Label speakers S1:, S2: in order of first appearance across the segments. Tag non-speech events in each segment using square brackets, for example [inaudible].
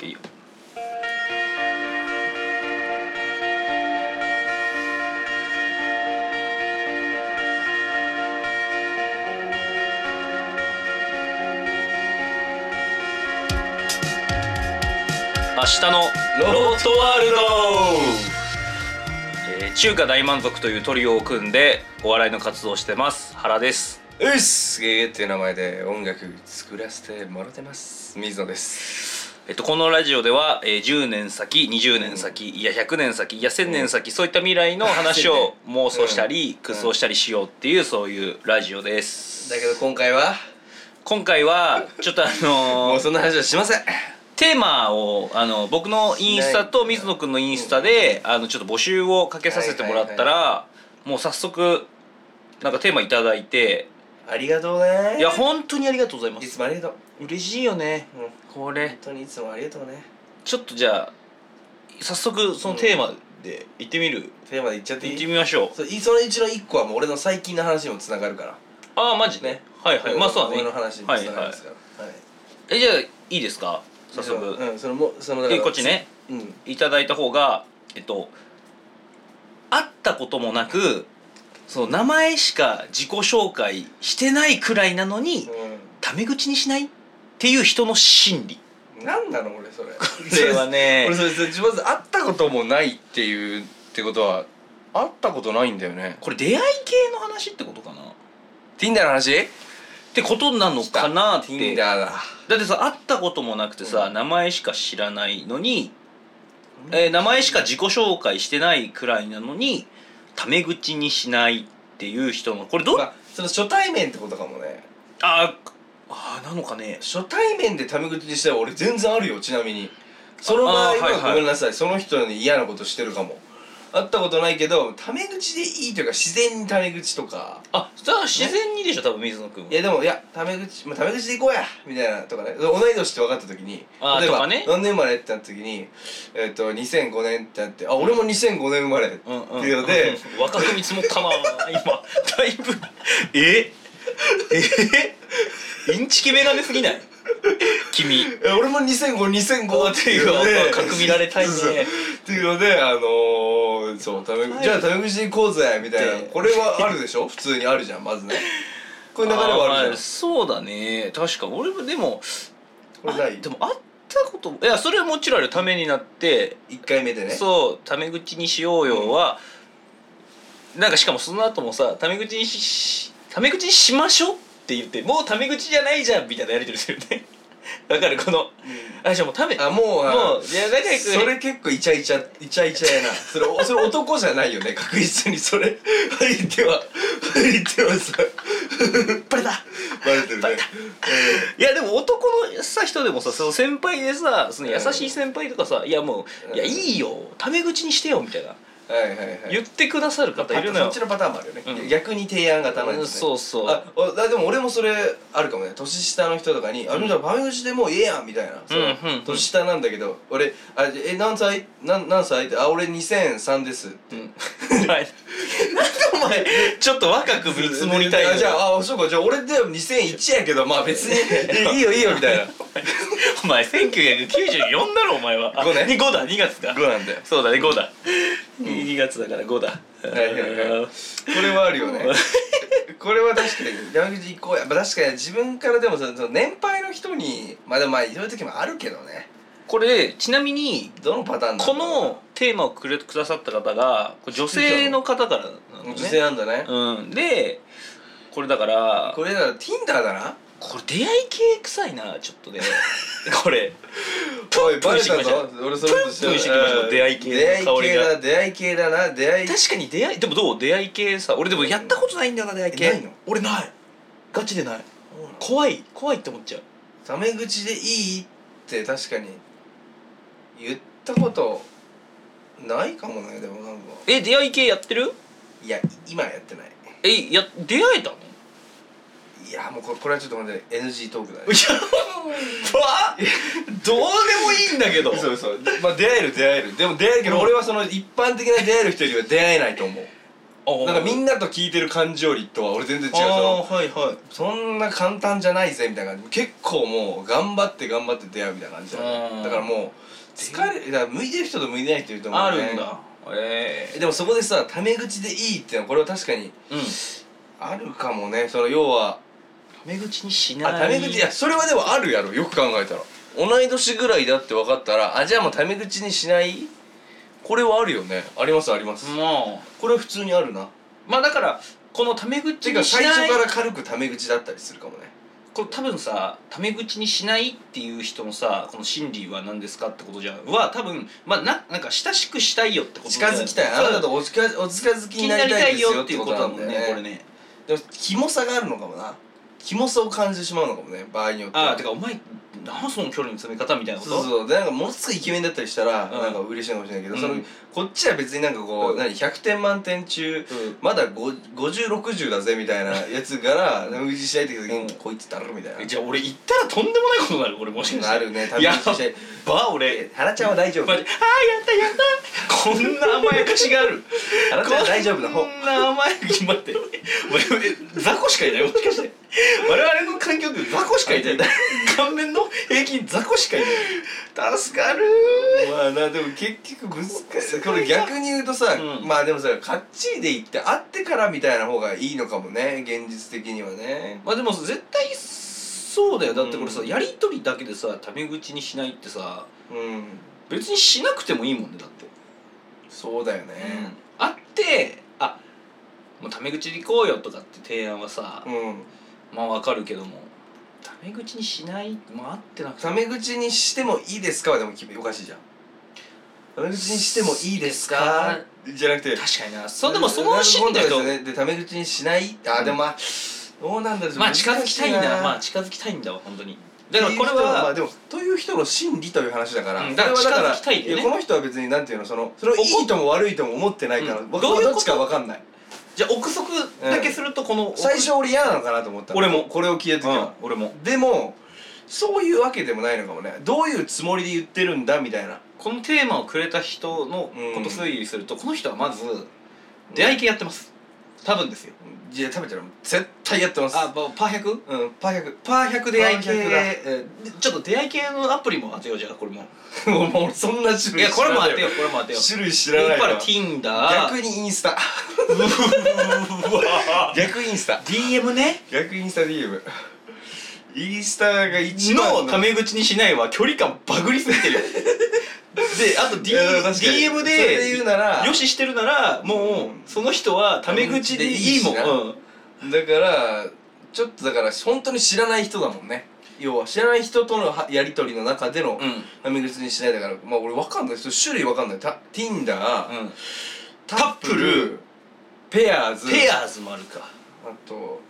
S1: でいいよ明日のロートワールド、えー中華大満足というトリオを組んでお笑いの活動をしてます原です
S2: うっすゲゲっていう名前で音楽作らせてもらってます水野です
S1: えっと、このラジオでは、えー10年先20年先、いや100年先いや1000年先、そういった未来の話を妄想したり、
S2: うん
S1: 空想したりしようっていうそういうラジオです
S2: だけど今回は
S1: 今回はちょっとあ
S2: も
S1: の
S2: う
S1: ー
S2: そんな話はしません
S1: テーマをあの僕のインスタと水野くんのインスタで、あのちょっと募集をかけさせてもらったら、もう早速なんかテーマいただいて
S2: ありがとうね
S1: いや本当にありがとうございま
S2: いつ
S1: す
S2: もありがとう
S1: 嬉しいよね
S2: うん本
S1: これ
S2: 当にいつもありがとうね
S1: ちょっとじゃあ早速そのテーマで行ってみる、
S2: テーマでいっちゃってい
S1: 行って
S2: い
S1: みましょう
S2: そういそのうちの1個はもう俺の最近の話にもつながるから
S1: ああマジねはいはいまあそうだね
S2: 俺の話にも
S1: はい
S2: つながる
S1: は
S2: んで
S1: い
S2: すからはい
S1: えじゃあいいですか早速、
S2: うんそのもそのだか
S1: え
S2: ら
S1: こっちね
S2: うん
S1: いただいた方がえっと会ったこともなくその名前しか自己紹介してないくらいなのにタメ口にしないっていう人の心理
S2: うんなんなの俺それ
S1: これはね
S2: 俺それそれ自分で会ったこともないっていうってことは会ったことないんだよね
S1: これ出会い系の話ってことかなっ
S2: Tinder の話
S1: てことなのかなって
S2: Tinder だ
S1: だってさ会ったこともなくてさ、
S2: うん
S1: 名前しか知らないのに、
S2: うん
S1: えー名前しか自己紹介してないくらいなのにタメ口にしないっていう人のこれど、
S2: まあその初対面ってことかもね
S1: あーあーなのかね
S2: 初対面でタメ口にしたら俺全然あるよちなみにその場合
S1: あーはいは
S2: はいごめんなさいその人に嫌なことしてるかも会ったことないけどタメ口でいいというか自然にタメ口とか
S1: あそれは自然にでしょ、多分水野君はい
S2: やでもいやタメ口、まあ、タメ口で行こうやみたいなとかね同い年って分かった時に
S1: あー
S2: 例えば
S1: とかね
S2: 何年生まれってなった時にえっ、と2005年ってなってあ俺も2005年生まれって
S1: うんうん
S2: いうので、
S1: うん [laughs] 若く見積もったな今だいぶええインチキメガネすぎない君
S2: え俺も20052005っていう
S1: [laughs]
S2: ので
S1: 若く見られたいね
S2: そうそうっていうのであのー、そうタメ口じゃあタメ口で行こうぜみたい
S1: で
S2: なこれはあるでしょ普通にあるじゃんまずねこういう流れはあ
S1: ーま
S2: るじ
S1: そうだね確か俺もでも
S2: ゃんこれな
S1: あ
S2: い
S1: でも会ったこといやそれはもちろんあるためになって、
S2: 1回目でね
S1: そうタメ口にしようよは、なんかしかもその後もさタメ口にしタメ口にしましょうって言ってもうタメ口じゃないじゃんみたいなやり取りするよね [laughs] わかるこのあじゃあもうタメ
S2: [laughs] あもうあ
S1: もういや仲良く
S2: それ結構イチャイチャイチャイチャやなそれおそれ男じゃないよね [laughs] 確実にそれ相手は相手はさ [laughs]
S1: バレた
S2: バレてるね
S1: バレたいやでも男のさ人でもさその先輩でさその優しい先輩とかさ「いやもういやいいよタメ口にしてよ」みたいな
S2: うんはいはいはい
S1: 言ってくださる方いるの
S2: そ
S1: よ
S2: っちのパターンもあるよね、
S1: うん
S2: 逆に提案型のやつ、ね
S1: うんそうそう
S2: あおあでも俺もそれあるかもね年下の人とかに「あみたいなバメ口でもうええやん」みたいな、そ
S1: うんうん
S2: 年下なんだけど俺「あえ何歳なん何歳?」って「あ俺2003です」って、
S1: はいなんでお前ちょっと若く見積もりたい
S2: あ
S1: の
S2: じゃああそうかじゃあ俺でも2001やけどまあ別に
S1: [laughs]
S2: いいいいよいいよみたいな
S1: お前1994だろお前は
S2: ごね
S1: 5だ2月か
S2: 5なんだよ
S1: そうだね5だ2月だから5だ
S2: はいはいはいこれはある
S1: [laughs]
S2: よねこれは確かに山口行こうや、まあ、確かに自分からでもそのその年配の人にまあでもまあそういう時もあるけどね
S1: これちなみに
S2: どのパターンなん
S1: こ
S2: だろうな
S1: のテーマをくれくださった方がこれ女性の方からなの
S2: 女性
S1: ね
S2: なんだね、
S1: うんでこれだから
S2: これだ Tinder だな
S1: これ出会い系臭いなちょっ
S2: [laughs]
S1: とねこれ
S2: おい
S1: プ
S2: バ
S1: ン
S2: レ
S1: してきま
S2: た
S1: し
S2: ぞ
S1: た
S2: 俺それと
S1: プンプンしてきました出会い系の香りが
S2: 出会い系だ出会い系だな出会い
S1: 確かに出会いでもどう出会い系さ俺でもやったことないんだよな出会い系
S2: ないの
S1: 俺ないガチでない怖い怖いって思っちゃう
S2: タメ口でいいって確かに言ったことないかもねでもなんか
S1: え出会い系やってる
S2: いや今やってない
S1: えや出会えたの
S2: いやもうこれこれはちょっと待って NG トーク [laughs] だね
S1: やばどうでもいいんだけど
S2: 嘘嘘まあ出会える出会えるでも出会えるけど俺はその一般的な出会える人よりは出会えないと思う
S1: お
S2: なんか
S1: な
S2: み
S1: ん
S2: なと聞いてる感じよりとは俺全然違う
S1: あ
S2: ぞ
S1: あはいはい
S2: そんな簡単じゃないぜみたいな感じ結構もう頑張って頑張って出会うみたいな感じだ,、
S1: うん
S2: ね、だからもう疲れだから向いてる人と向いてない人いると思う
S1: あ
S2: よね
S1: るんだえ
S2: でもそこでさタメ口でいいってのはこれは確かに
S1: えうん
S2: あるかもねその要は
S1: タメ口にしない
S2: あタメ口いやそれはでもあるやろよく考えたら同い年ぐらいだって分かったらあじゃあもうタメ口にしないこれはあるよねありますあります、
S1: も
S2: これは普通にあるな
S1: うまあだからこのタメ
S2: て
S1: 口
S2: いうか
S1: にし
S2: 最
S1: ない
S2: 初から軽くタメ口だったりするかもね
S1: これ多分さタメ口にしないっていう人のさこの心理は何ですかってことじゃんは多分まあななんか親しくしたいよってこと
S2: 近づきたいあなた
S1: と
S2: とお近お近づき
S1: 気に
S2: に
S1: な
S2: な
S1: り
S2: り
S1: た
S2: たい
S1: い
S2: です
S1: よ
S2: よ
S1: っ
S2: ってて
S1: い
S2: いうう
S1: こ
S2: こと
S1: だ
S2: とな
S1: もん
S2: んだ
S1: ね
S2: よ
S1: これ
S2: ね
S1: ね
S2: でもキモさがあるのかもなキモさを感じてしまうのかもね場合によっては
S1: ああてかお前なんその距離の詰め方みたいなこと
S2: そうそうでなんかものすごいイケメンだったりしたら、
S1: うん
S2: なんか嬉しいのかもしれないけど、
S1: うん
S2: そのこっちは別になんかこう、
S1: うん
S2: 何100点満点中
S1: うん
S2: まだ5060だぜみたいなやつから無理しないって時に、
S1: うん
S2: こいつだろみたいな
S1: じゃあ俺行ったらとんでもないことになる俺もしかして
S2: あるね
S1: いや
S2: 試して
S1: ばあ俺
S2: 原ちゃんは大丈
S1: やっ
S2: 夫
S1: ぱりああやったやったこんな甘やかしがある
S2: 原ちゃんは大丈夫な方
S1: こんな甘やかし待ってお前え雑魚しかいないもしかして我々の環境って雑魚しかいない [laughs] 顔面の平均雑魚しかいない助かる
S2: まあなでも結局難しいこれ逆に言うとさ、
S1: うん
S2: まあでもさかっちりで行って会ってからみたいな方がいいのかもね現実的にはね
S1: まあでも絶対そうだよだってこれさ、
S2: うん
S1: やりとりだけでさタメ口にしないってさ
S2: うん
S1: 別にしなくてもいいもんねだって、
S2: そうだよね
S1: あってあもうタメ口で行こうよとかって提案はさ、
S2: うん
S1: まあわかるけどもタメ口にしないまあ合ってなくて
S2: タメ口にしてもいいですかはでもきおかしいじゃんタメ口にしてもいいですかじゃなくて
S1: 確かになそうでもその心理だ
S2: だ
S1: と、
S2: ねでタメ口にしないあでもまあどうなんだろう
S1: まあ近づきたいん
S2: 難し
S1: だまあ近づきたいんだわ本当にだからこれ
S2: っていう人まあ
S1: は
S2: でもという人の心理という話だから、
S1: うんだから
S2: これは
S1: 近づきたいんだよね
S2: やこの人は別になんていうのそのそれをいいとも悪いとも思ってないから、
S1: うん
S2: 僕
S1: どういうこと
S2: どっちかわかんない
S1: じゃあ憶測だけするとこの、
S2: 最初俺嫌なのかなと思ったの
S1: 俺も
S2: これを聞いた時
S1: うん
S2: は、
S1: 俺も
S2: でもそういうわけでもないのかもねどういうつもりで言ってるんだみたいな
S1: このテーマをくれた人のこと推理すると、この人はまず出会い系やってます多分ですよ
S2: いや食べちゃう絶対やってます
S1: あパー100
S2: うんパー100
S1: パー100出会い系
S2: パー100だ
S1: えーちょっと出会い系のアプリも当てようじゃあこれも
S2: もう [laughs] もうそんな種
S1: い
S2: 類
S1: やこれも
S2: あ
S1: 当てようこれも当てよう
S2: 種類知らない
S1: やっぱ
S2: わ
S1: ら Tinder
S2: 逆にインスタ逆インスタ
S1: DM ね
S2: 逆インスタ DM インスタが一番
S1: のタメ口にしないは距離感バグりすぎて
S2: [laughs]
S1: るよであと D
S2: いやでも確かに
S1: DM
S2: それで言うなら
S1: でよししてるならもう
S2: うん
S1: その人はタメ口でいいもん、
S2: タメ口でいいし
S1: うん
S2: だからちょっとだから本当に知らない人だもんね要は知らない人とのはやり取りの中でのタメ口にしないだからまあ俺わかんないその種類わかんないた Tinder、
S1: うん
S2: タップルペアーズ
S1: ペアーズもあるか
S2: あと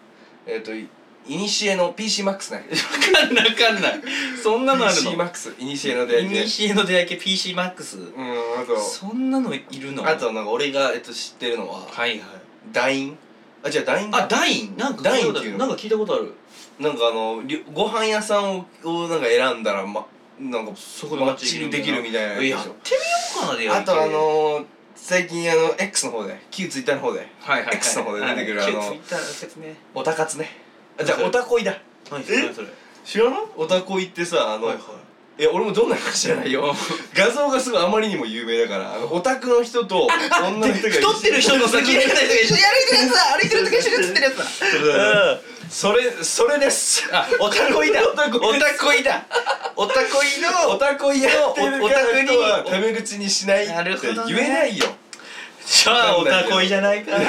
S2: えっ、といいにしえの PCMAX ね
S1: 分かんない分かんないそんなのあるの
S2: PCMAX いにしえの出会いで
S1: イニシエの出会い系 PCMAX
S2: うんあと
S1: そんなのいるの
S2: あとなんか俺が、えっと、知ってるのは
S1: はいはい
S2: LINE あ違う LINE
S1: あ
S2: だ
S1: ダインなんか
S2: ダ
S1: 聞い
S2: イ
S1: たこ
S2: ンっ
S1: とあ
S2: てい
S1: る
S2: うの
S1: なんか聞いたことある
S2: なんかあのりょご飯屋さんををなんか選んだら、ま、なんか
S1: そこで
S2: マ
S1: マ
S2: ッ
S1: ッチ
S2: チ
S1: ング
S2: ング
S1: で
S2: で
S1: き
S2: き
S1: る
S2: る
S1: み
S2: みたいな
S1: やってみよ
S2: やつでし
S1: う
S2: ょ
S1: かな出会い
S2: あ
S1: 系
S2: とあのー、最近あの X の方で旧 Twitter の方で
S1: はいはいはい
S2: X の方で出てくる
S1: はい
S2: あの
S1: 旧 Twitter の説明
S2: オタ活ねあじゃあ
S1: 何
S2: オタ恋だ
S1: 何そ
S2: え
S1: れそれ
S2: 知らないオタ恋ってさあの、
S1: はいはい
S2: いや俺もどんなのか知らな
S1: [laughs]
S2: いよ画像がすごいあまりにも有名だからあのオタクの人と女の人が
S1: 太ってる人 [laughs] のさ綺麗な人が一緒に歩いてるやつだ歩いてる時一緒に写ってるやつだ
S2: それそれです
S1: あオタコイだオタコイだオタコイ
S2: オ
S1: の
S2: タ恋やってる
S1: オタク
S2: 側
S1: に
S2: の人はタメ口にしないっ
S1: なる
S2: て
S1: ほどね
S2: 言えないよ
S1: じゃあオタ [laughs] コイじゃないかい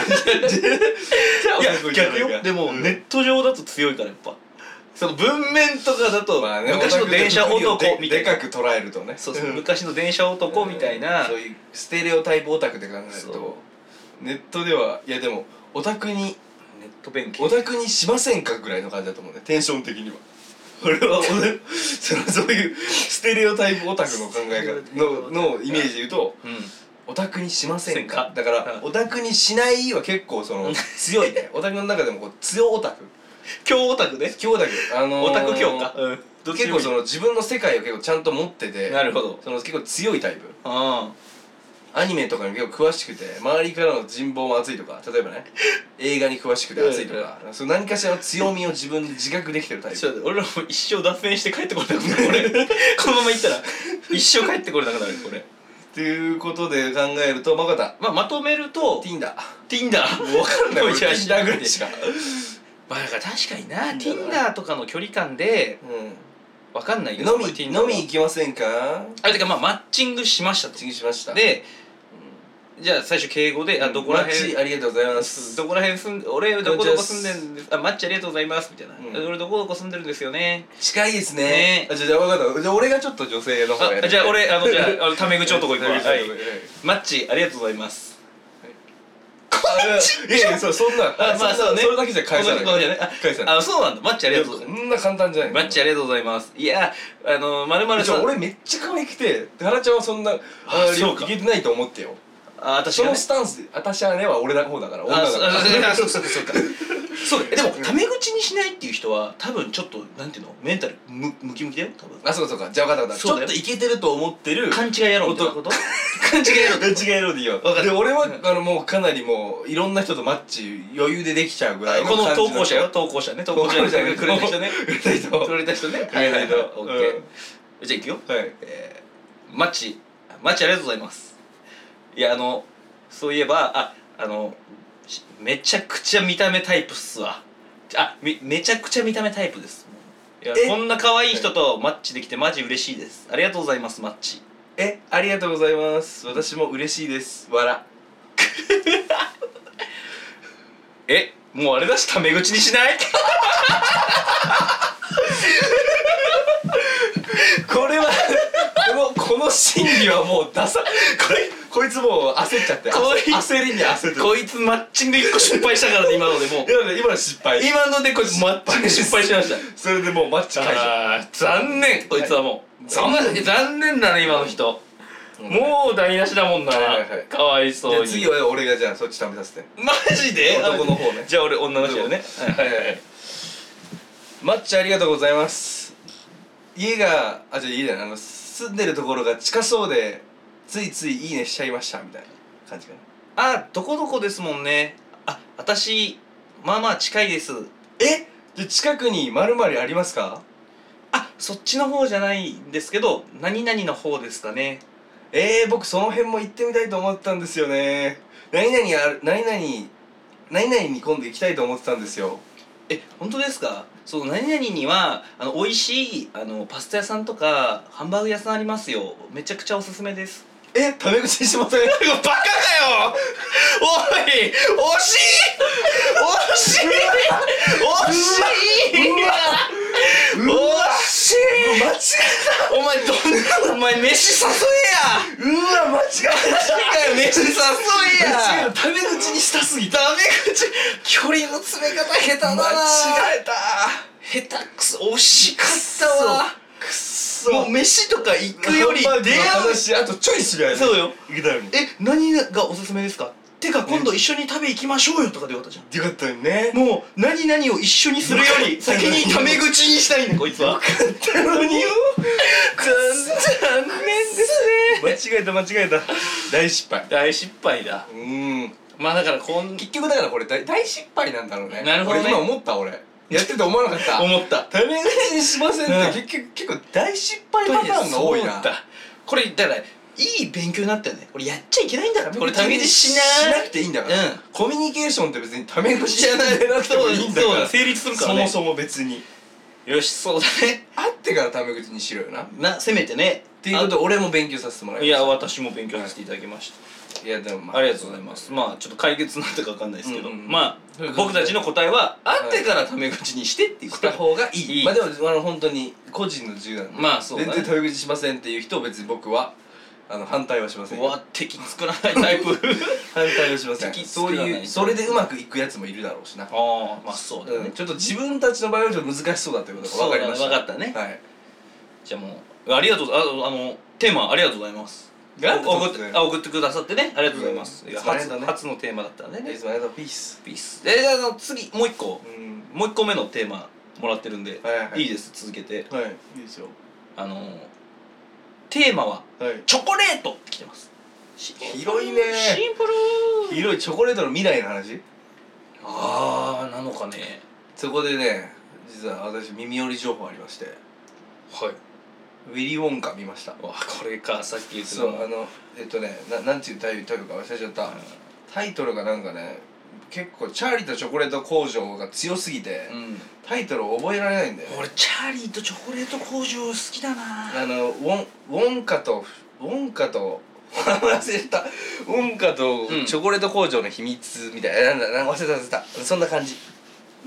S2: い
S1: や逆よでもネット上だと強いからやっぱその文面とかだと
S2: まあね、
S1: 昔の電車
S2: オタクの国を
S1: 男
S2: で
S1: みたい
S2: で
S1: な
S2: かく捉えるとね
S1: そうそうん昔の電車男みたいな
S2: そういうステレオタイプオタクで考える
S1: そ
S2: とネットではいやでもオタクに
S1: ネット弁慶
S2: オタクにしませんかぐらいの感じだと思うねテンション的には俺はオタそのそういうステレオタイプオタクの考え方ののイメージで言うと
S1: う
S2: オタクにしませんか
S1: せんか
S2: だから
S1: うん
S2: オタクにしないは結構その強いねオタクの中でもこう強オタク
S1: ん強オタクね
S2: 強オタクあのー
S1: オタク強かうんどっちで
S2: 結構
S1: もいい
S2: その自分の世界を結その自分の世界を結構ちゃんと持ってて
S1: なるほど
S2: その結構強いタイプ
S1: あ
S2: アニメとかに結構詳しくて周りからの人望も厚いとか例えば
S1: [laughs]
S2: ね映画に詳しくて厚いとかそう何かしらの強みを自分で自覚できてるタイ
S1: ちょ
S2: プ
S1: っと待って俺らもう一生脱線して帰ってこれなくな [laughs] るこれこのまま行ったら一生帰ってこれなくなるこれ
S2: っていうことで考えるとまあわかっ
S1: まあまとめると
S2: た Tinder
S1: Tinder
S2: もう分かんない
S1: [laughs]
S2: 俺
S1: いや
S2: Tinder ぐらいしか
S1: まあだから確かにな
S2: Tinder
S1: Tinder とかの距離感で
S2: う
S1: わかんない
S2: ん
S1: けど
S2: 飲み
S1: まあ Tinder
S2: 飲み行きませんか
S1: あれてかまあマッチングしましたと
S2: 次しました
S1: でじゃあ最初敬語で「あどこら
S2: マッ
S1: 辺
S2: チありがとうございます
S1: どこら辺住ん俺どこどこ住んでるんですあマッチありがとうございます」みたいな「
S2: うん
S1: 俺どこどこ住んでるんですよね
S2: 近いです
S1: ね
S2: ねあじゃあじゃあ分かったじゃあ俺がちょっと女性の方や
S1: あ
S2: る
S1: じゃあ俺あの [laughs] じゃああのタメ口男行くわ、
S2: は
S1: はいい、マッチありがとうございます
S2: いやいやそうそんな
S1: あまあそうね
S2: それだけじゃ返さない
S1: この人この人ねあ
S2: 返さない
S1: あそうなんだマッチありがとうございま
S2: そんな簡単じゃない
S1: すマッチありがとうございますいやあのまるまる
S2: じ
S1: さ
S2: ゃあ
S1: ん
S2: 俺めっちゃ可愛くて原ちゃんはそんなあ
S1: あ
S2: ー
S1: そうか
S2: いけてないと思ってよ
S1: あ私
S2: そ
S1: がね
S2: のスタンスで私はねは俺の方だから女
S1: あ
S2: だ
S1: そ
S2: か
S1: あ
S2: ら
S1: そうそうそう [laughs] かそうえでもタメ口にしないっていう人は多分ちょっとなんていうのメンタルむムキムキだよ多分
S2: あそうかそうかじゃあ分かった分かった
S1: そうだ
S2: ちょ
S1: よ
S2: っといけてると思ってる
S1: 勘違いやろうみたいなこと勘違いやろう
S2: 勘違いやろうでいいよ
S1: わかった
S2: で俺はあのもうかなりもういろんな人とマッチ余裕でできちゃうぐらい
S1: この
S2: 感じ
S1: 投稿者よ投稿者ね投稿者がくれた [laughs] 人ね
S2: くれた人
S1: くれた人ね
S2: はいはいはい
S1: オッケーじゃあいくよ
S2: はい
S1: えーマッチマッチありがとうございますいやあのそういえばああのしめちゃくちゃ見た目タイプっすわあめめちゃくちゃ見た目タイプですいや
S2: え
S1: こんな可愛い人とマッチできてマジ嬉しいですありがとうございますマッチ
S2: [laughs] えありがとうございます私も嬉しいですわら
S1: えもうあれだしタメ口にし [laughs] ない
S2: これはこのこの心理はもうダサこれこいつもう焦っちゃって
S1: こいつ
S2: 焦りに焦って
S1: こいつマッチング1個失敗したからね今のでもう
S2: 今の今の失敗
S1: [laughs] 今のでこいつマッチング失敗しました [laughs]
S2: それでもうマッチ解除
S1: あー残念こいつはもう
S2: 残念
S1: 残念だね今の人
S2: うん
S1: もう台無しだもんな
S2: はいはいはい
S1: かわい
S2: じゃ
S1: そ
S2: あ
S1: う
S2: 次
S1: に
S2: は俺がじゃあそっち試させて
S1: マジで
S2: 男の方ね
S1: じゃあ俺女の人だね
S2: はいはいはいマッチありがとうございます家があじゃあ家じゃないあの住んでるところが近そうでついついいいねしちゃいましたみたいな感じかな
S1: あどこどこですもんねあ私まあまあ近いです
S2: えで近くにまるまるありますか
S1: あそっちの方じゃないんですけど何々の方ですかね
S2: えー、僕その辺も行ってみたいと思ってたんですよね何々ある何々何々に今度行きたいと思ってたんですよ
S1: え本当ですかその何々にはあの美味しいあのパスタ屋さんとかハンバーグ屋さんありますよめちゃくちゃおすすめです
S2: えタメ口にしません
S1: バカかよおい惜しい惜しい惜しいう
S2: わ
S1: 惜しい
S2: 間違
S1: お前どんなお前飯誘
S2: えたうわ間違えた
S1: えや飯誘え
S2: 間違え
S1: や
S2: たタメ口にしたすぎ
S1: ダメ口距離の詰め方下手だな
S2: 間違えた
S1: 下手くそ惜しかったわ
S2: くっそ
S1: もう飯とか行くより出
S2: ハ
S1: 会
S2: ンバーグの
S1: う
S2: 話あとちょいしかや
S1: そうよ
S2: いけたのに
S1: え何がおすすめですかてか今度一緒に食べ行きましょうよとかでよかったじゃん
S2: よかったよね
S1: もう何々を一緒にするよ [laughs] り先にタメ口にした [laughs] いんだこいつは
S2: 何よ
S1: 残念ですね
S2: 間
S1: [laughs]
S2: 違えた間違えた大失敗
S1: 大失敗だ
S2: うーん
S1: まあだからこん
S2: 結局だからこれ大大失敗なんだろうね
S1: なるほどね
S2: 俺今思った俺やってて思わなかっ
S1: [laughs]
S2: た
S1: 思った
S2: タメ口にしませんって、
S1: う
S2: 結局結構大失敗パターンが多い
S1: そ
S2: な
S1: うだこれだからいい勉強になったよねこれやっちゃいけないんだからこれタメ口し
S2: し
S1: な
S2: なくていいんだから、
S1: うん
S2: コミュニケーションって別にタメ口
S1: い
S2: じゃないなくてもいいんだから
S1: 成立するからね
S2: そもそも別に
S1: よしそうだね
S2: 会ってからタメ口にしろよなっ
S1: なせめてねって
S2: いうことを俺も勉強させてもらいま
S1: い
S2: し
S1: や私も勉強させていただきました
S2: たいやでもま
S1: ありがとうございますまあちょっと解決になったかわかんないですけど、
S2: うんうん
S1: ま
S2: そういう
S1: あ
S2: こと
S1: 僕たちの答えは会ってからタメ口にしてっていうこ
S2: し
S1: と
S2: た方がいい
S1: いい
S2: まあでもあの本当に個人の自由なんで
S1: まあそうだね
S2: 全然タメ口しませんっていう人を別に僕はあの反対はしません
S1: う
S2: よ
S1: わ敵作らないタイ
S2: [laughs]
S1: プ
S2: 反対はしません
S1: 敵
S2: そう
S1: 作らない
S2: いうそれでうまくいくやつもいるだろうしな
S1: ああまあそうだよね、
S2: うんちょっと自分たちの場合はちょっと難しそうだということが分かりました
S1: そうだね分かったね
S2: はい
S1: じゃあもうありがとうああのテーマありがとうございます
S2: なんで
S1: 送っ
S2: 突然
S1: てあ送ってくださってねありがとうございます、
S2: うん
S1: いや
S2: いつもあり
S1: 初
S2: がとうね
S1: 初のテーマだったらね
S2: It's my other piece
S1: ピースえじゃああの次もう一個
S2: うん
S1: もう一個目のテーマもらってるんで、
S2: はいはい
S1: いです続けて
S2: はいいいでしょ
S1: あのテーマは
S2: はい
S1: チョコレートって来てます
S2: 広いね
S1: シンプル
S2: 広いチョコレートの未来の話
S1: ああなのかね
S2: そこでね実は私耳寄り情報ありまして
S1: はい
S2: ウィリー・ウォンカ見ました
S1: わこれかさっき言ってた
S2: そ
S1: の
S2: うあのえっとねななんていうタイトルか忘れちゃった、タイトルがなんかね結構「チャーリーとチョコレート工場」が強すぎて、
S1: うん
S2: タイトルを覚えられないんだよね
S1: 俺チャーリーとチョコレート工場好きだな
S2: あのウォンウォンカとウォンカと [laughs] 忘れたウォンカと
S1: うん
S2: チョコレート工場の秘密みたいな,、なんだなんか忘れた忘れたそんな感じ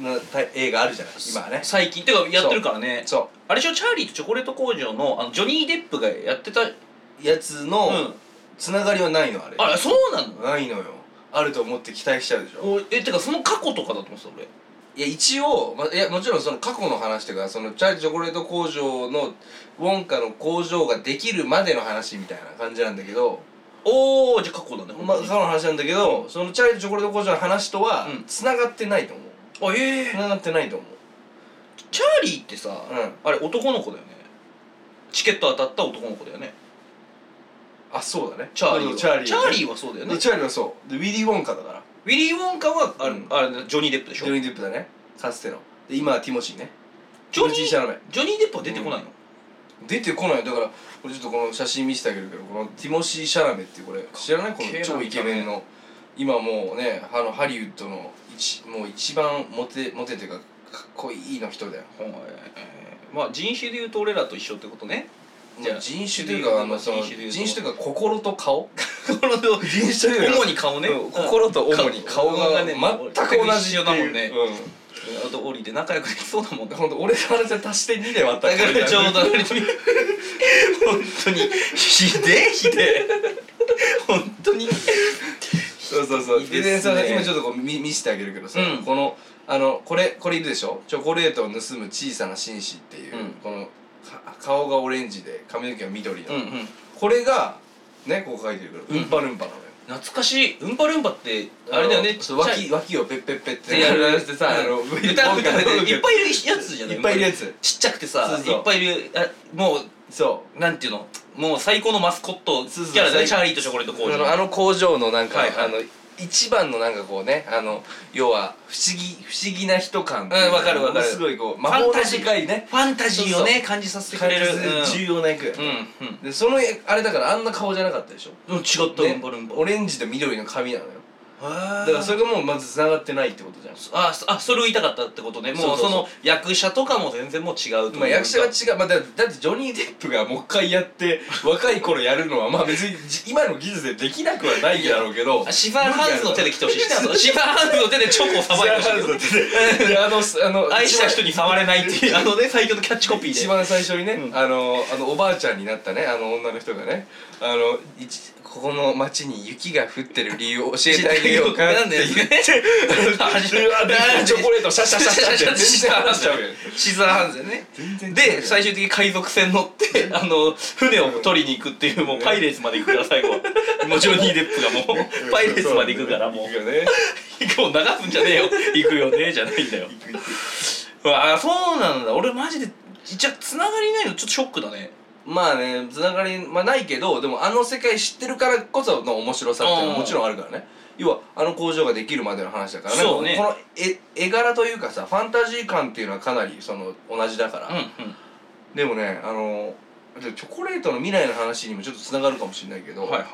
S2: のタイ映画あるじゃない今ね
S1: 最近てかやってるからね
S2: そ
S1: あれでしょチャーリーとチョコレート工場のあのジョニー・デップがやってたうん
S2: うやつのつながりはないのあれ
S1: あれそうなの
S2: ないのよあると思って期待しちゃうでしょ
S1: おえてかその過去とかだと思ってた俺
S2: いや一応、ま、いやもちろんその過去の話というかそのチャーリーチョコレート工場のウォンカの工場ができるまでの話みたいな感じなんだけど
S1: おおじゃあ過去だね
S2: まあ、その話なんだけどそのチャーリーとチョコレート工場の話とは
S1: うん
S2: つながってないと思う
S1: あええ
S2: つながってないと思う
S1: チャーリーってさ、
S2: うん
S1: あれ男の子だよねチケット当たった男の子だよね
S2: あそうだね
S1: チャーリーは
S2: チャーリー
S1: チャーリーはそうだよね
S2: でチャーリーはそうでウィリー・ウォンカだから
S1: ウィリー・ウォンカはあれ,、
S2: うん
S1: あれだジョニー・デップでし
S2: ジ
S1: ょ
S2: ョニー・デップだねかつてので今はティモシーね
S1: ジョニ
S2: 無人
S1: ー
S2: 車の目
S1: ジョニー・デップは出てこないの、
S2: 出てこないだからこれちょっとこの写真見せてあげるけどこのティモシー・シャラメっていうこれ知らないこの超イケメンの今もうねあのハリウッドの一もう一番モテモテていうかかっこいいの人だよ
S1: はいえーまあ人種で言うと俺らと一緒ってことねじゃあ
S2: 人種というかあのその
S1: 人種
S2: 人
S1: で言うと
S2: 種というか心と
S1: [laughs]
S2: 顔
S1: 心の
S2: 人種というか
S1: [laughs] 主に顔ね、
S2: うん心と主に顔が全く同じ
S1: だもんね
S2: う
S1: あとオリで仲良くできそうだもん
S2: ん本当俺の話は足して2で割った
S1: だからちょうど [laughs] 本当にひでえひでえ本当に
S2: そうそうそう
S1: いい
S2: で
S1: ですね
S2: さ今ちょっとこう見見せてあげるけどさ、
S1: うん
S2: このあのこれこれいるでしょチョコレートを盗む小さな紳士っていう、
S1: うん
S2: このか顔がオレンジで髪の毛が緑の、
S1: うんうん
S2: これがねこう書いてるけど、
S1: うん
S2: ウンパルンパなのよ
S1: 懐かしいウンパルンパってあれだよね
S2: そう脇脇をペッペッペッっ
S1: って
S2: て
S1: やる
S2: らしてさあの
S1: 歌う歌ういっぱいいるやつじゃない
S2: いっぱいいるやつ
S1: ちっちゃくてさ
S2: そうそう
S1: いっぱいいるあも
S2: そう
S1: うなんていうのもう最高のマスコット
S2: そうそう
S1: キャラだね
S2: 最
S1: チャーリーとチョコレート工
S2: あの
S1: 場
S2: あの工場のなんか、
S1: はいはい
S2: あの一番のなんかこうねあの要は不思議不思議な人感ってい
S1: うんわかるわかる
S2: すごいこう魔法の世界ね
S1: ファンタジーを
S2: そ
S1: ね感じさせてく
S2: 感
S1: れ
S2: じ
S1: る
S2: する重要な役や、
S1: うんうん
S2: でそのあれだからあんな顔じゃなかったでしょ
S1: うんうん違ったウ
S2: ね
S1: ンパルンパ
S2: オレンジと緑の髪なのよ
S1: だ
S2: だからそれがもうまず繋がってないってことじゃん
S1: あそあそれを言いたかったってことねもうそ
S2: そうそうそう
S1: の役者とかも全然もう違うというか
S2: まあ役者が違う、まあ、だだってジョニー・デップがもう一回
S1: [laughs]
S2: やって若い頃やるのはまあ別にじ今の技術でできなくはないだろうけ
S1: [laughs]
S2: ど
S1: あシファーハンズの手で来てほしいしてあのシファーハンズの手でチョコをさばいてほしいけど
S2: [laughs] であのすあの
S1: 愛した人に触れないっていうあのね最強のキャッチコピーで
S2: 一番最初にね、
S1: うん
S2: あのあのおばあちゃんになったねあの女の人がねあのいちここの町に雪が降ってる理由を教えてあげようかって言って
S1: 初めて
S2: チョコレートシャシャシャシャシャって全然話しちゃうよ
S1: シザーハンズね
S2: 全然違うよ
S1: で最終的に海賊船乗ってあの船を取りに行くっていうもうパイレーツまで行くから最後もうジョニー・デップがもうパイレーツまで行くからもう
S2: 行くよね
S1: 行くを流すんじゃねえよ行くよねじゃないんだようわあそうなんだ俺マジでじゃあつながりないのちょっとショックだね
S2: まあねつながり、まあ、ないけどでもあの世界知ってるからこその面白さっていうのはもちろんあるからね要はあの工場ができるまでの話だから
S1: そうね
S2: この絵絵柄というかさファンタジー感っていうのはかなりその同じだから、
S1: うんうん
S2: でもねあのでチョコレートの未来の話にもちょっとつながるかもしれないけど、
S1: は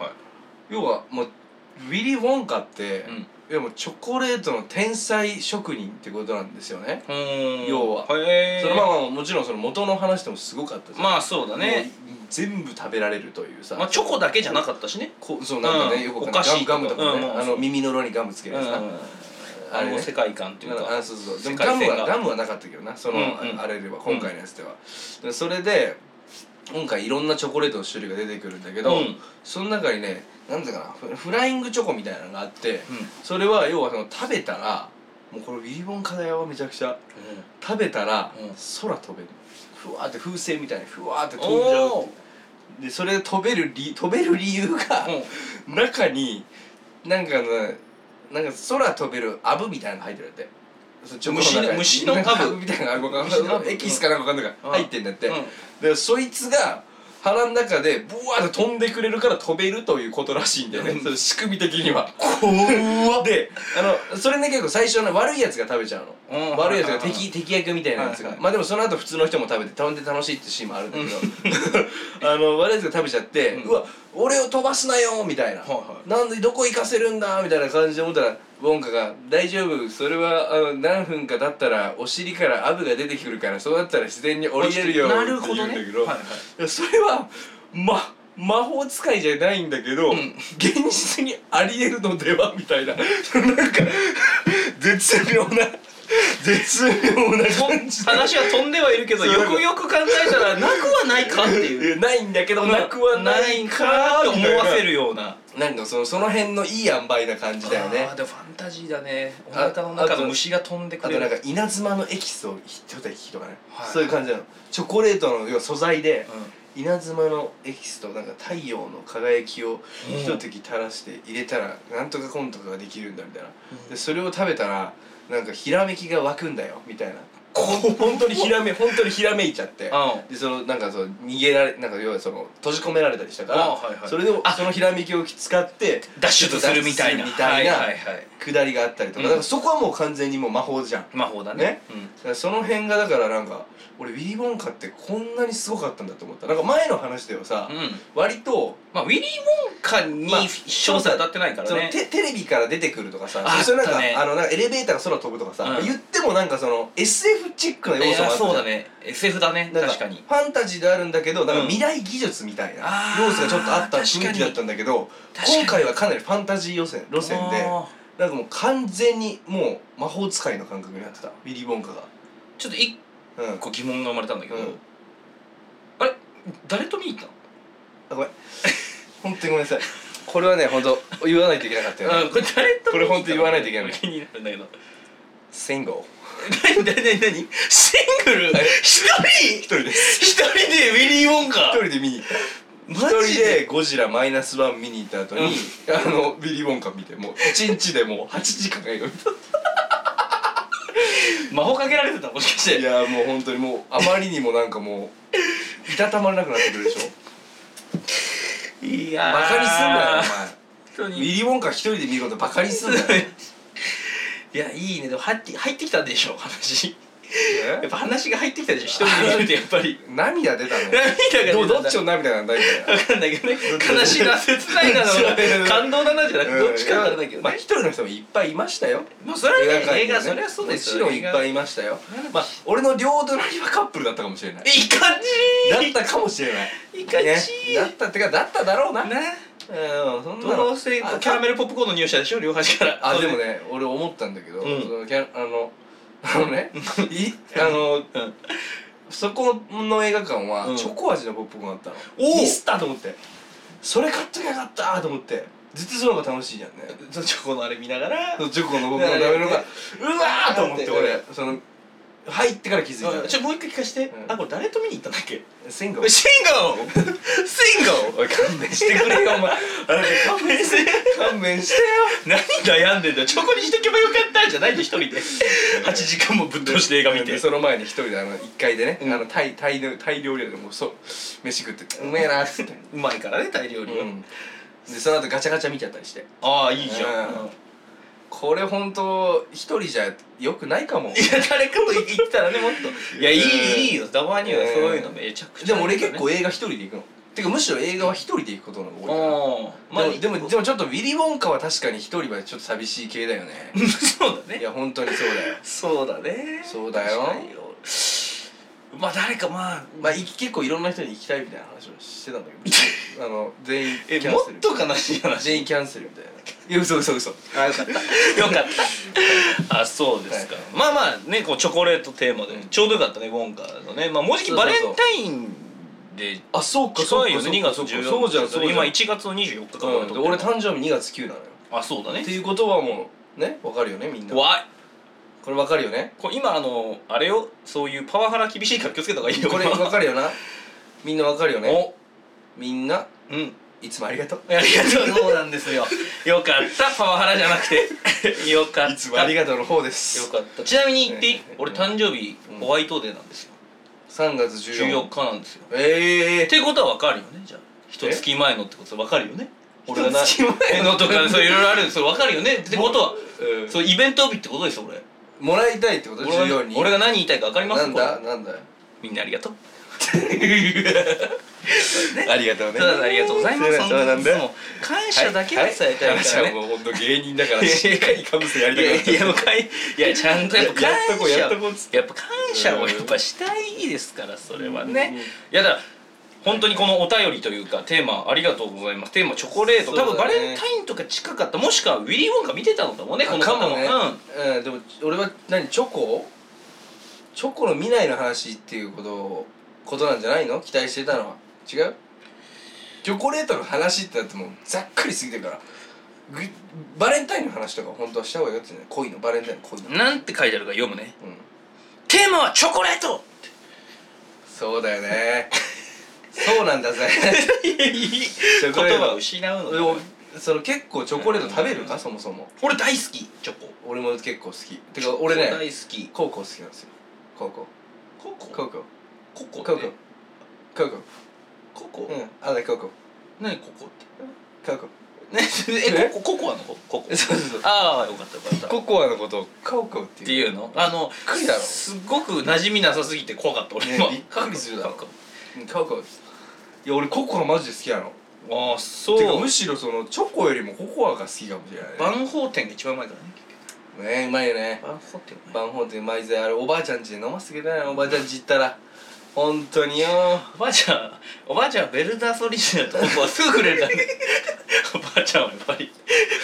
S2: 要はもうウィリー・ウォンカって、
S1: うん
S2: いやもうチョコレートの天才職人ってことなんですよね、
S1: うん
S2: 要は
S1: へえ
S2: そのまあまあもちろんその元の話でもすごかったじゃん
S1: まあそうだね
S2: もう全部食べられるというさ、
S1: まあチョコだけじゃなかったしね
S2: こうそうなんかね、
S1: うん
S2: よくわ
S1: お
S2: かん
S1: 菓
S2: ない
S1: 子
S2: ガムガムとかね、
S1: とかうん
S2: あの耳の裏にガムつけるやつな、
S1: うん
S2: あ
S1: あ
S2: れね
S1: の世界観という
S2: なんか
S1: か
S2: あそうそうでも
S1: 世
S2: ガ
S1: 界
S2: ム
S1: 線が
S2: はガムはなかったけどなその、
S1: うんうん
S2: あれでは今回のやつでは、でそれで今回いろんなチョコレートの種類が出てくるんだけど、
S1: うん
S2: その中にねなんだかなフフライングチョコみたいなのがあって、
S1: うん
S2: それは要はその食べたらもうこれウィリボン課題はめちゃくちゃ食べたら、
S1: うん
S2: 空飛べるふわーって風船みたいにふわーって飛んじゃう
S1: おー
S2: でそれで飛べる理飛べる理由が、中になんかねなんか空飛べるアブみたいなの入ってるんだってそチョコ中に
S1: 虫の虫の
S2: なんか
S1: アブ
S2: みたいなのがわかん
S1: 虫のア
S2: な
S1: ブ
S2: いエキスかなんかわかんないから
S1: うん
S2: 入ってんだって、
S1: うん
S2: でそいつが腹の中でブワーって飛んでくれるから飛べるということらしいんだよね、その仕組み的には
S1: 怖っ
S2: であのそれね結構最初の悪いやつが食べちゃうの、
S1: うん
S2: 悪いやつ
S1: は
S2: が
S1: いはいはい
S2: 敵敵役みたいなやつが、
S1: はいはい
S2: まあでもその後普通の人も食べて飛んで楽しいってシーンもあるんだけど [laughs] あの悪いやつが食べちゃって、う
S1: うん
S2: わ俺を飛ばすなよみたいな、
S1: はいはい
S2: なんでどこ行かせるんだみたいな感じで思ったらウォンカが「大丈夫それはあの何分か経ったらお尻からアブが出てくるからそうだったら自然に降りれるよ」って
S1: な
S2: 言
S1: る
S2: うんだ
S1: ほどね
S2: けど、 [laughs]
S1: はいはい
S2: いやそれはま魔法使いじゃないんだけど、
S1: うん
S2: 現実にありえるのではみたいな [laughs] なんか絶妙な絶妙な
S1: と
S2: 感じ
S1: 話は飛んではいるけど
S2: そう
S1: よくよく考えたらなくはないかっていう
S2: いやないんだけどなくはないか
S1: ないかー
S2: ー
S1: って思わせ
S2: る
S1: るような
S2: なんかそのその辺のいい塩梅な感じだよね
S1: あーでもファンタジーだねお
S2: あ
S1: 腹の中の虫が飛んでく
S2: あと
S1: れ
S2: なんか
S1: る
S2: 稲妻のエキスを一滴とかね、
S1: はい
S2: そういう感じなのチョコレートの要は素材で、
S1: うん
S2: 稲妻のエキスとなんか太陽の輝きを一滴垂らして入れたらなんとかコントができるんだみたいな、
S1: うん
S2: でそれを食べたらなんかひらめきが湧くんだよみたいな本当にひらめ本当にひらめいちゃって
S1: うん
S2: でそのなんかその逃げられなんか要はその閉じ込められたりしたから、
S1: あはいはい
S2: それで
S1: あ
S2: そのひらめきを使って
S1: 脱出するみたいな
S2: 脱出するみたいな
S1: はいはいはい
S2: くだりがあったりとか、
S1: うん
S2: だからそこはもう完全にもう魔法じゃん
S1: 魔法だ
S2: ね
S1: ね
S2: だからその辺がだからなんか俺ウィリー・ウォンカってこんなにすごかったんだと思ったなんか前の話ではさ、
S1: うん、うん
S2: 割と
S1: まあウィリー・ウォンカに
S2: まあ
S1: 勝者当たってないから
S2: その
S1: ね
S2: テテレビから出てくるとかさ
S1: あ
S2: それなん
S1: あ
S2: か、
S1: ったね
S2: あのなんかエレベーターが空飛ぶとかさ、
S1: うん
S2: 言ってもなんかその SF チックない要素も
S1: や
S2: あったじゃん
S1: そうだね SF だね
S2: なん
S1: 確かに
S2: ファンタジーであるんだけどなんか
S1: うん
S2: 未来技術みたいな
S1: あー
S2: 要素がちょっとあった
S1: 確かに
S2: 雰囲気だったんだけど
S1: 確かに
S2: 今回はかなりファンタジー路線路線で
S1: あー
S2: なんかもう完全にもう魔法使いの感覚になってたウィリー・ボンカが。
S1: ちょっと一
S2: うん
S1: 個疑問が生まれたんだけど、
S2: うん
S1: あれ誰と見に行ったの
S2: あごめん本当にごめんなさいこれはね本当言わないといけなかったよね
S1: うんこれ誰と
S2: これ本当言わないといけない
S1: 気になるんだけど
S2: シンゴ
S1: 何何何何シングル
S2: はい
S1: 一
S2: 一
S1: 人
S2: 人です
S1: 一人でウィリー・ウォンカ
S2: 一人で見に行った一
S1: マジ
S2: 人でゴジラマイナスワン見に行った後に、
S1: うん
S2: あのビリー・ウォンカ見てもう一日でもう8時間映画見た
S1: 魔法かけられてたもしかして
S2: いやもう本当にもうあまりにもなんかもういたたまれなくなってくるでしょ
S1: いやー
S2: バカにすんなよ
S1: 本当
S2: お前
S1: に
S2: [laughs] ビリー・ウォンカ一人で見ることバカにすんなよ
S1: いやいいねでも入って入ってきたでしょ話や
S2: [laughs] え
S1: っぱ話が入ってきたでしょ一人で見るとやっぱ
S2: [laughs]
S1: り
S2: 涙出たの
S1: 涙
S2: で
S1: が
S2: も
S1: 出た
S2: どっちの涙なんだみたいな
S1: わかんないけどね悲しいな切ない [laughs] なのか
S2: うん
S1: 感動だなじゃなくて
S2: [laughs]
S1: どっちか
S2: うん
S1: なんだけど
S2: まあ
S1: ね
S2: 一人の人もいっぱいいましたよ
S1: まあそれは
S2: 映画
S1: ね
S2: 界
S1: 映
S2: には
S1: 画それはそうです
S2: もちろんいっぱいいましたよまあ俺の両隣はカップルだったかもしれない
S1: いい感
S2: だ
S1: じ
S2: ったかもしれない
S1: いい感
S2: ね
S1: じ
S2: だったってかだっただろうな
S1: ね
S2: うんそんな
S1: ど
S2: の
S1: うせキ
S2: あ
S1: ャラメルポップコーンの匂いしたでしょ両端から
S2: あでもね俺思ったんだけど、
S1: うん
S2: そのキャあの [laughs] あの
S1: [laughs]
S2: ねいあの
S1: うん
S2: そこの映画館は、
S1: うん
S2: チョコ味のポップコーンあったの
S1: おお
S2: ミスったと思ってそれ買っときゃよかったと思って絶対その方が楽しいじゃんね
S1: そのチョコのあれ見ながら
S2: そのチョコのポップコーン食べるのが
S1: ね
S2: うわーと思って
S1: だ
S2: 俺その入ってから気づいたの
S1: あちょもう一回聞かして
S2: うん
S1: あこれ誰と見に行ったんだっけ [laughs]
S2: シンゴ
S1: シンゴーシンゴー
S2: おい勘弁してくれよお前あれ勘弁して勘弁してよ
S1: [laughs] 何悩んでんだよチョコにしとけばよかったんじゃないで一人で8 [laughs] 時間もぶっ通して映画見て
S2: でその前に一人であの1階でね、
S1: うん
S2: あのタイタイのタイ料理屋でもうそう飯食って「うめえな」っつって、
S1: うまいからねタイ料理は、
S2: でその後ガチャガチャ見ちゃったりして
S1: ああいいじゃん、
S2: うん
S1: うん
S2: これ本当一人じゃよくないかも
S1: いや誰かと行ったらねもっと
S2: [laughs]
S1: いやいいいいよたまにはそういうのめちゃくち
S2: で
S1: ゃ
S2: も
S1: い
S2: 俺
S1: いからね
S2: 結構映画一人で行くのてかむしろ映画は一人で行くことの方が多いか
S1: う
S2: ら
S1: んまあ
S2: でもでもでもちょっとウィリー・ウォンカは確かに一人はちょっと寂しい系だよね
S1: そうだ
S2: い
S1: ね
S2: や本当にそうだよ
S1: そうだね
S2: そうだよ
S1: 確かにまあ誰かまあ
S2: まあい結構いろんな人に行きたいみたいな話をしてたんだけどあの全員キ
S1: え
S2: ャン
S1: もっ
S2: セル
S1: と悲しい話
S2: 全員キャンセルみたいないや嘘嘘嘘
S1: あよかったよ
S2: [laughs]
S1: かったあそうですか、
S2: はい
S1: まあまあねこうチョコレートテーマで、
S2: うん
S1: ちょうどよかったねウォンカのねまあもうじき
S2: そうそ
S1: バ
S2: う
S1: レ
S2: そう
S1: ンタインで
S2: あそうかそう
S1: 近
S2: か
S1: いよね2月
S2: そうか
S1: 14日
S2: そうじゃんそうじゃん
S1: 今1月の24日から
S2: うん、で俺誕生日2月9なのよ
S1: あそうだね
S2: っていうことはもうねわかるよねみんな
S1: 怖い
S2: これわかるよね
S1: これ今あのあれよそういうパワハラ厳しいから気をつけた方がいいよ
S2: これわかるよなみんなわかるよね
S1: [laughs] お
S2: みんな
S1: うん
S2: いつもありがとう
S1: ありがとうそうなんですよ [laughs] よかったパワハラじゃなく
S2: [laughs]
S1: てよかった
S2: いつもありがとうの方です
S1: よかったちなみに言っていい
S2: ね
S1: 俺誕生日
S2: うん
S1: ホワイトデーなんですよ
S2: 3月
S1: 14
S2: 14日
S1: 日なんですよ
S2: ええ
S1: ってことは分かるよねじゃあ一月前のってことは分かるよね俺がな
S2: 一月前
S1: のとかそういろいろあるんですそれ分かるよねってことは
S2: ーうん
S1: そうイベント日ってことですよ俺
S2: もらいたいってこと
S1: 俺
S2: 14
S1: が
S2: に
S1: 俺が何言いたいか分かります
S2: なんだなんだよ
S1: みんなありがとう
S2: ありがとう
S1: ただありがとうございます
S2: そうなん
S1: 本
S2: だ
S1: 当にいつも感謝だけは伝えたいからね
S2: もう本当芸人だから
S1: い
S2: [laughs]
S1: やいや
S2: しっかりかぶせてやり
S1: いや
S2: たく
S1: いや
S2: な
S1: も
S2: っ
S1: う
S2: た
S1: かいいやちゃんとやっぱ
S2: ややっとこ
S1: 感
S2: う
S1: 謝
S2: やっ
S1: を
S2: とこうっつって
S1: やっぱ感謝をやっぱしたいですからそれはね
S2: うん
S1: いやだから本当にこのお便りというかテーマありがとうございますテーマチョコレート、
S2: そうだ
S1: 多
S2: ね
S1: 分バレンタインとか近かったもしくはウィリー・ウォンカ見てたのかもねこの
S2: か
S1: 方も
S2: もね
S1: うん
S2: うんでも俺は何チョコチョコの未来の話っていうことをことなんじゃないの期待してたのは違うチョコレートの話ってだってもうざっくりすぎてるからぐバレンタインの話とか本当はした方がよかったんじゃない恋のバレンタインの恋の、うん、
S1: なんて書いてあるか読むねテーマはチョコレート
S2: そうだよね [laughs] そうなん [laughs] だぜ
S1: 言
S2: コレート
S1: 葉を失うの
S2: で
S1: よ
S2: もその結構チョコレート食べるか、そもそも
S1: 俺大好きチョコ
S2: 俺も結構好きてか俺
S1: 大
S2: ね
S1: 好き
S2: 高校好きなんですよ高校
S1: ココ
S2: 高校
S1: ココ
S2: 高
S1: っ
S2: 校
S1: て
S2: 高校
S1: ココ、
S2: うんあれ高校
S1: 何ココって
S2: カコ
S1: ね [laughs] えココココアのコココ
S2: そうそう
S1: ああよかったよかったっ
S2: ココアのことをカオカオって
S1: て
S2: い
S1: い
S2: う
S1: うのあの
S2: っくりだろ
S1: すっごく馴染みなさすぎて怖かった俺は、
S2: ねびっくりするだろ
S1: コ
S2: カオカオですいや俺ココアマジで好きなの
S1: コ [laughs] ああ
S2: てか
S1: そう
S2: むしろそのチョコよりもココアが好きかもしれない
S1: 万宝店が一番前からね
S2: ねねうまいよね
S1: 万宝店
S2: バンホーテうまいぜあれおばあちゃんちで飲ませてくれないのおばあちゃんち行ったら本当によ
S1: おばあちゃんおばあちゃんはベルダーソリジナルとココアすぐくれ
S2: [laughs]
S1: るからねおばあちゃんはやっぱり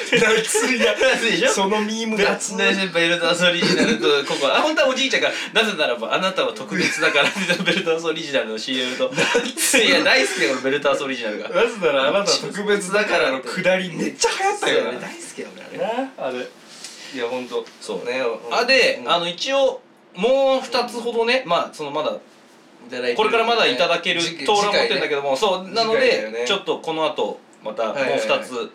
S2: 夏いや
S1: 夏でしょ
S2: そのミーム
S1: ベ
S2: 夏ね
S1: ルダーソリジナルとココアあ本当はおじいちゃんが「なぜならばあなたは特別だから」みたいな [laughs] ベルダーソリジナルの CM と [laughs] いや大好きだよ俺ベルダーソリジナルが
S2: なぜならあなたは特別だからのくだりめっちゃ流行ったよな
S1: 大好きだよ俺あれ
S2: なあれいや本当
S1: そう
S2: ね
S1: あで、あ
S2: の
S1: の一応もう2つほどね、まあそのまだこれからまだいただけると俺は思ってんだけども、そうなの
S2: 次回だ
S1: で、
S2: よね
S1: ちょっとこの後またもう
S2: はいはいはい
S1: 2つ取ろう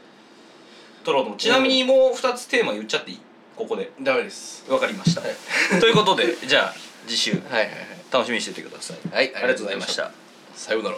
S1: と思うちなみにもう2つテーマ言っちゃっていいここで
S2: ダメです
S1: わかりました、
S2: はい
S1: ということでじゃあ次週
S2: はいはい
S1: 楽しみにしててください
S2: はいはい
S1: ありがとうございました
S2: さようなら